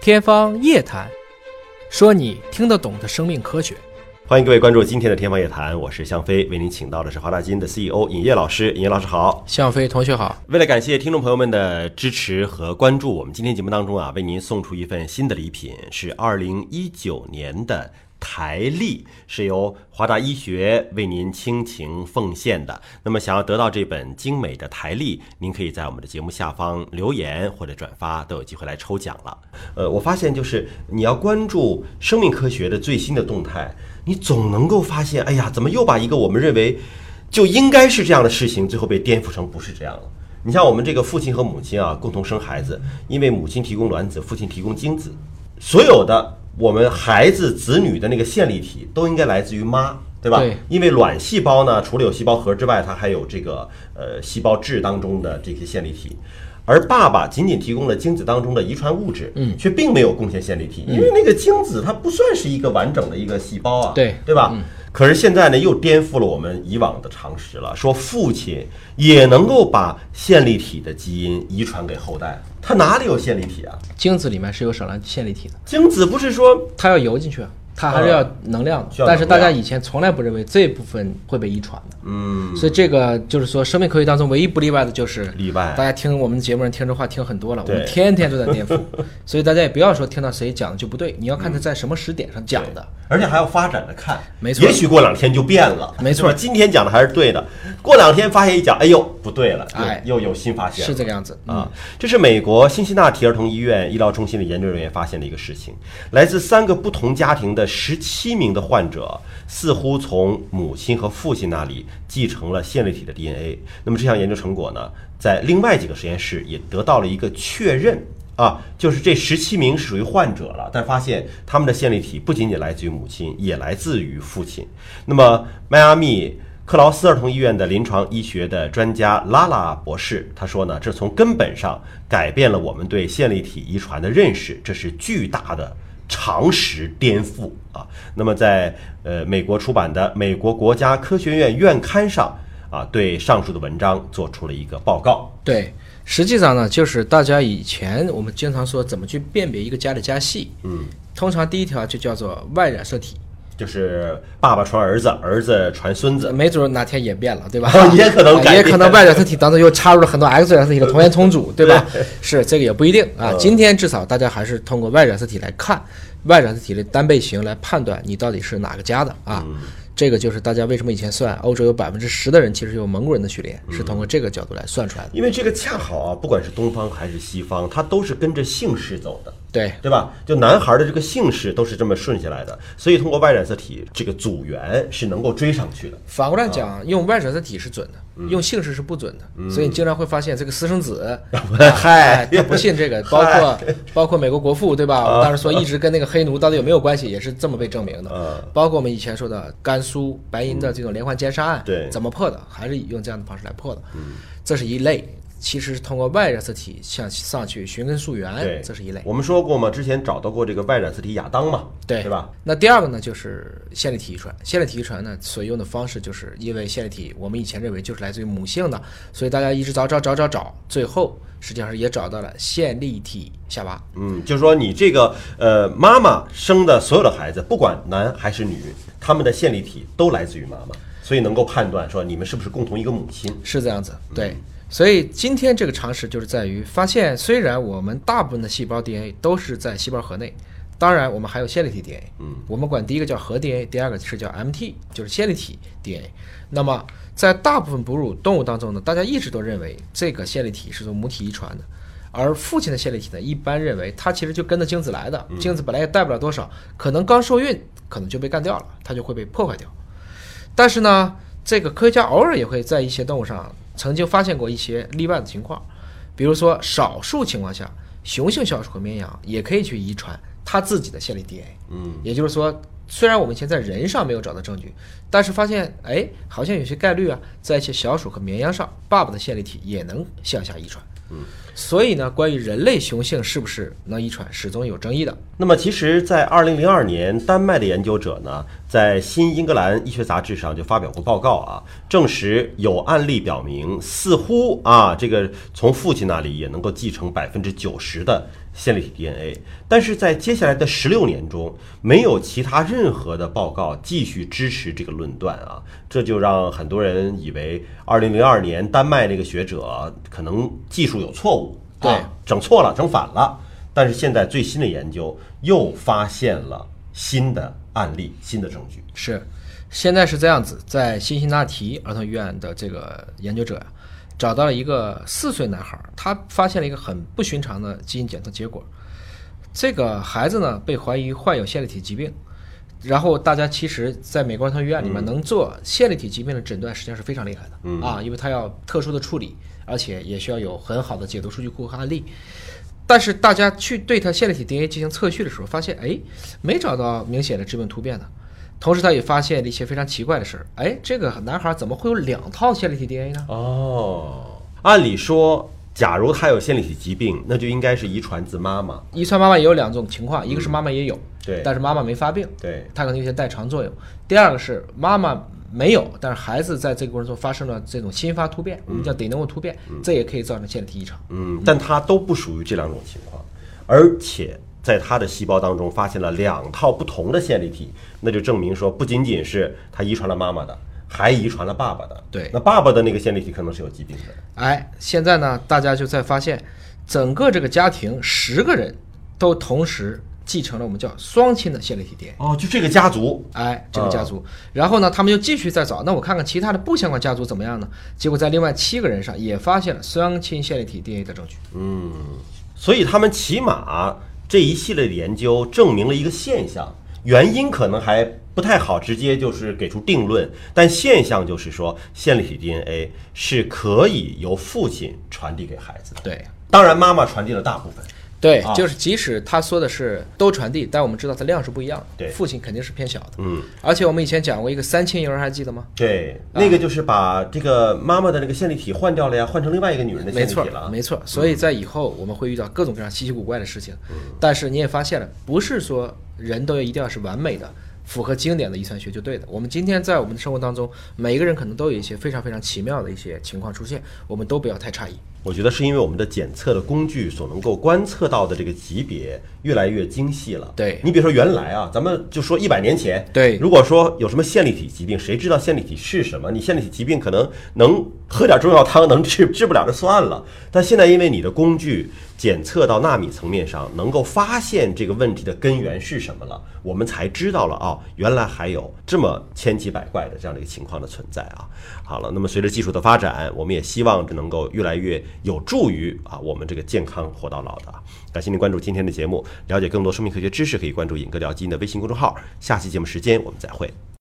天方夜谭，说你听得懂的生命科学。欢迎各位关注今天的《天方夜谭》，我是向飞，为您请到的是华大基因的 CEO 尹烨老师。尹烨老师好。向飞同学好，为了感谢听众朋友们的支持和关注，我们今天节目当中啊，为您送出一份新的礼品，是二零一九年的。台历是由华大医学为您倾情奉献的。那么，想要得到这本精美的台历，您可以在我们的节目下方留言或者转发，都有机会来抽奖了。呃，我发现就是你要关注生命科学的最新的动态，你总能够发现，哎呀，怎么又把一个我们认为就应该是这样的事情，最后被颠覆成不是这样了。你像我们这个父亲和母亲啊，共同生孩子，因为母亲提供卵子，父亲提供精子，所有的我们孩子子女的那个线粒体都应该来自于妈，对吧？对因为卵细胞呢，除了有细胞核之外，它还有这个呃细胞质当中的这些线粒体。而爸爸仅仅提供了精子当中的遗传物质，嗯，却并没有贡献线粒体，因为那个精子它不算是一个完整的一个细胞啊，对对吧？可是现在呢，又颠覆了我们以往的常识了，说父亲也能够把线粒体的基因遗传给后代，他哪里有线粒体啊？精子里面是有少量线粒体的，精子不是说它要游进去，啊它还是要能量的。呃需要但是能大量家以前从来不认为这部分会被遗传的，嗯，所以这个就是说，生命科学当中唯一不例外的就是例外大家听我们节目人听这话听很多了，我对们天天都在 颠覆，所以大家也不要说听到谁讲的就不对，你要看他在什么时点上讲的。而且还要发展着看，没错也许过两天就变了，没错对吧今天讲的还是对的，过两天发现一讲，哎呦不对了，又哎又有新发现了，是这个样子，啊，这是美国辛辛那提儿童医院医疗中心的研究人员发现的一个事情：来自三个不同家庭的十七名的患者，似乎从母亲和父亲那里继承了线粒体的 DNA。那么这项研究成果呢，在另外几个实验室也得到了一个确认。啊，就是这十七名是属于患者了，但发现他们的线粒体不仅仅来自于母亲，也来自于父亲。那么，迈阿密克劳斯儿童医院的临床医学的专家拉拉博士，他说呢，这从根本上改变了我们对线粒体遗传的认识，这是巨大的常识颠覆啊。那么在呃美国出版的《美国国家科学院院刊》上啊，对上述的文章做出了一个报告。对，实际上呢，就是大家以前我们经常说怎么去辨别一个家的家系，嗯，通常第一条就叫做外染色体，就是爸爸传儿子，儿子传孙子，没准儿哪天演变了，对吧？嗯哦也可能啊改也变可能外染色体当中又插入了很多 X 染色体的同源重组，对吧？是这个也不一定嗯啊。今天至少大家还是通过外染色体来看外染色体的单倍型来判断你到底是哪个家的啊。嗯这个就是大家为什么以前算欧洲有百分之十的人其实有蒙古人的血缘，是通过这个角度来算出来的。因为这个恰好啊，不管是东方还是西方，它都是跟着姓氏走的。对，对吧？就男孩的这个姓氏都是这么顺下来的，所以通过外染色体，这个组员是能够追上去的。反过来讲，用外染色体是准的，嗯用姓氏是不准的，所以你经常会发现这个私生 子，哎嗨，啊哎他不信这个，包括包括美国国父对吧？啊我们当时说一直跟那个黑奴到底有没有关系，也是这么被证明啊的。包括我们以前说的甘肃白银的这种连环奸杀案，嗯对嗯怎么破的，还是以用这样的方式来破的，这是一类。其实是通过外染色体向上去寻根溯源对，，这是一类。我们说过嘛，之前找到过这个外染色体亚当嘛，对，对吧？？那第二个呢，就是线粒体遗传。线粒体遗传呢，所用的方式就是因为线粒体，我们以前认为就是来自于母性的，所以大家一直找找找找找，最后实际上是也找到了线粒体下巴。嗯，就是说你这个呃，妈妈生的所有的孩子，不管男还是女，他们的线粒体都来自于妈妈，所以能够判断说你们是不是共同一个母亲。是这样子，对。所以今天这个常识就是在于发现，虽然我们大部分的细胞 DNA 都是在细胞核内，当然我们还有线粒体 DNA。嗯，我们管第一个叫核 DNA，第二个是叫 MT，就是线粒体 DNA。那么在大部分哺乳动物当中呢，大家一直都认为这个线粒体是从母体遗传的。而父亲的线粒体呢，一般认为它其实就跟着精子来的，精子本来也带不了多少，可能刚受孕，可能就被干掉了，它就会被破坏掉。但是呢，这个科学家偶尔也会在一些动物上曾经发现过一些例外的情况，比如说少数情况下，雄性小鼠和绵羊也可以去遗传它自己的线粒 DNA。嗯，也就是说，虽然我们以前在人上没有找到证据，但是发现哎，好像有些概率啊，在一些小鼠和绵羊上，爸爸的线粒体也能向下遗传。嗯，所以呢，关于人类雄性是不是能遗传，始终有争议的。那么，其实，在二零零二年，丹麦的研究者呢，在《新英格兰医学杂志》上就发表过报告啊，证实有案例表明，似乎啊，这个从父亲那里也能够继承百分之九十的线粒体 DNA，但是在接下来的十六年中，没有其他任何的报告继续支持这个论断啊，这就让很多人以为二零零二年丹麦那个学者可能技术有错误，对啊整错了，整反了。但是现在最新的研究又发现了新的案例、新的证据。是，现在是这样子，在辛辛那提儿童医院的这个研究者呀、找到了一个四岁男孩儿，他发现了一个很不寻常的基因检测结果。这个孩子呢，被怀疑患有线粒体疾病。然后大家其实在美国儿童医院里面能做线粒体疾病的诊断，实际上是非常厉害的、啊，因为它要特殊的处理，而且也需要有很好的解读数据库和案例。但是大家去对它线粒体 DNA 进行测序的时候，发现哎，没找到明显的致命突变呢。同时，他也发现了一些非常奇怪的事儿。哎，这个男孩怎么会有两套线粒体 DNA 呢？哦，按理说，假如他有线粒体疾病，那就应该是遗传自妈妈。遗传妈妈也有两种情况，一个是妈妈也有，嗯对但是妈妈没发病，对，她可能有些代偿作用；第二个是妈妈没有，但是孩子在这个过程中发生了这种新发突变，我们叫 de novo 突变，这也可以造成线粒体异常。嗯，但它都不属于这两种情况，而且在它的细胞当中发现了两套不同的线粒体，那就证明说不仅仅是它遗传了妈妈的，还遗传了爸爸的。对那爸爸的那个线粒体可能是有疾病的。哎，现在呢，大家就在发现，整个这个家庭十个人都同时继承了我们叫双亲的线粒体 DNA。哦，就这个家族，哎，这个家啊族，然后呢，他们又继续再找，那我看看其他的不相关家族怎么样呢？结果在另外七个人上也发现了双亲线粒体 DNA 的证据。所以他们起码这一系列的研究证明了一个现象，原因可能还不太好直接就是给出定论，但现象就是说线粒体 DNA 是可以由父亲传递给孩子的，对，当然妈妈传递了大部分。对，啊就是即使他说的是都传递，但我们知道它量是不一样的。对父亲肯定是偏小的。嗯，而且我们以前讲过一个三亲婴儿，还记得吗？对，那啊个就是把这个妈妈的那个线粒体换掉了呀，换成另外一个女人的线没粒错体了，啊。没错。所以在以后我们会遇到各种各样稀奇古怪的事情，嗯但是你也发现了，不是说人都一定要是完美的。符合经典的遗传学就对的。我们今天在我们的生活当中，每一个人可能都有一些非常非常奇妙的一些情况出现，我们都不要太诧异。我觉得是因为我们的检测的工具所能够观测到的这个级别越来越精细了。对你比如说原来啊，咱们就说一百年前，对如果说有什么线粒体疾病，谁知道线粒体是什么？你线粒体疾病可能能喝点中药汤能治，治不了就算了。但现在因为你的工具检测到纳米层面上，能够发现这个问题的根源是什么了，我们才知道了啊，原来还有这么千奇百怪的这样的一个情况的存在啊。好了，那么随着技术的发展，我们也希望能够越来越有助于啊我们这个健康活到老的啊。感谢您关注今天的节目，了解更多生命科学知识可以关注“尹哥聊基因”的微信公众号。下期节目时间我们再会。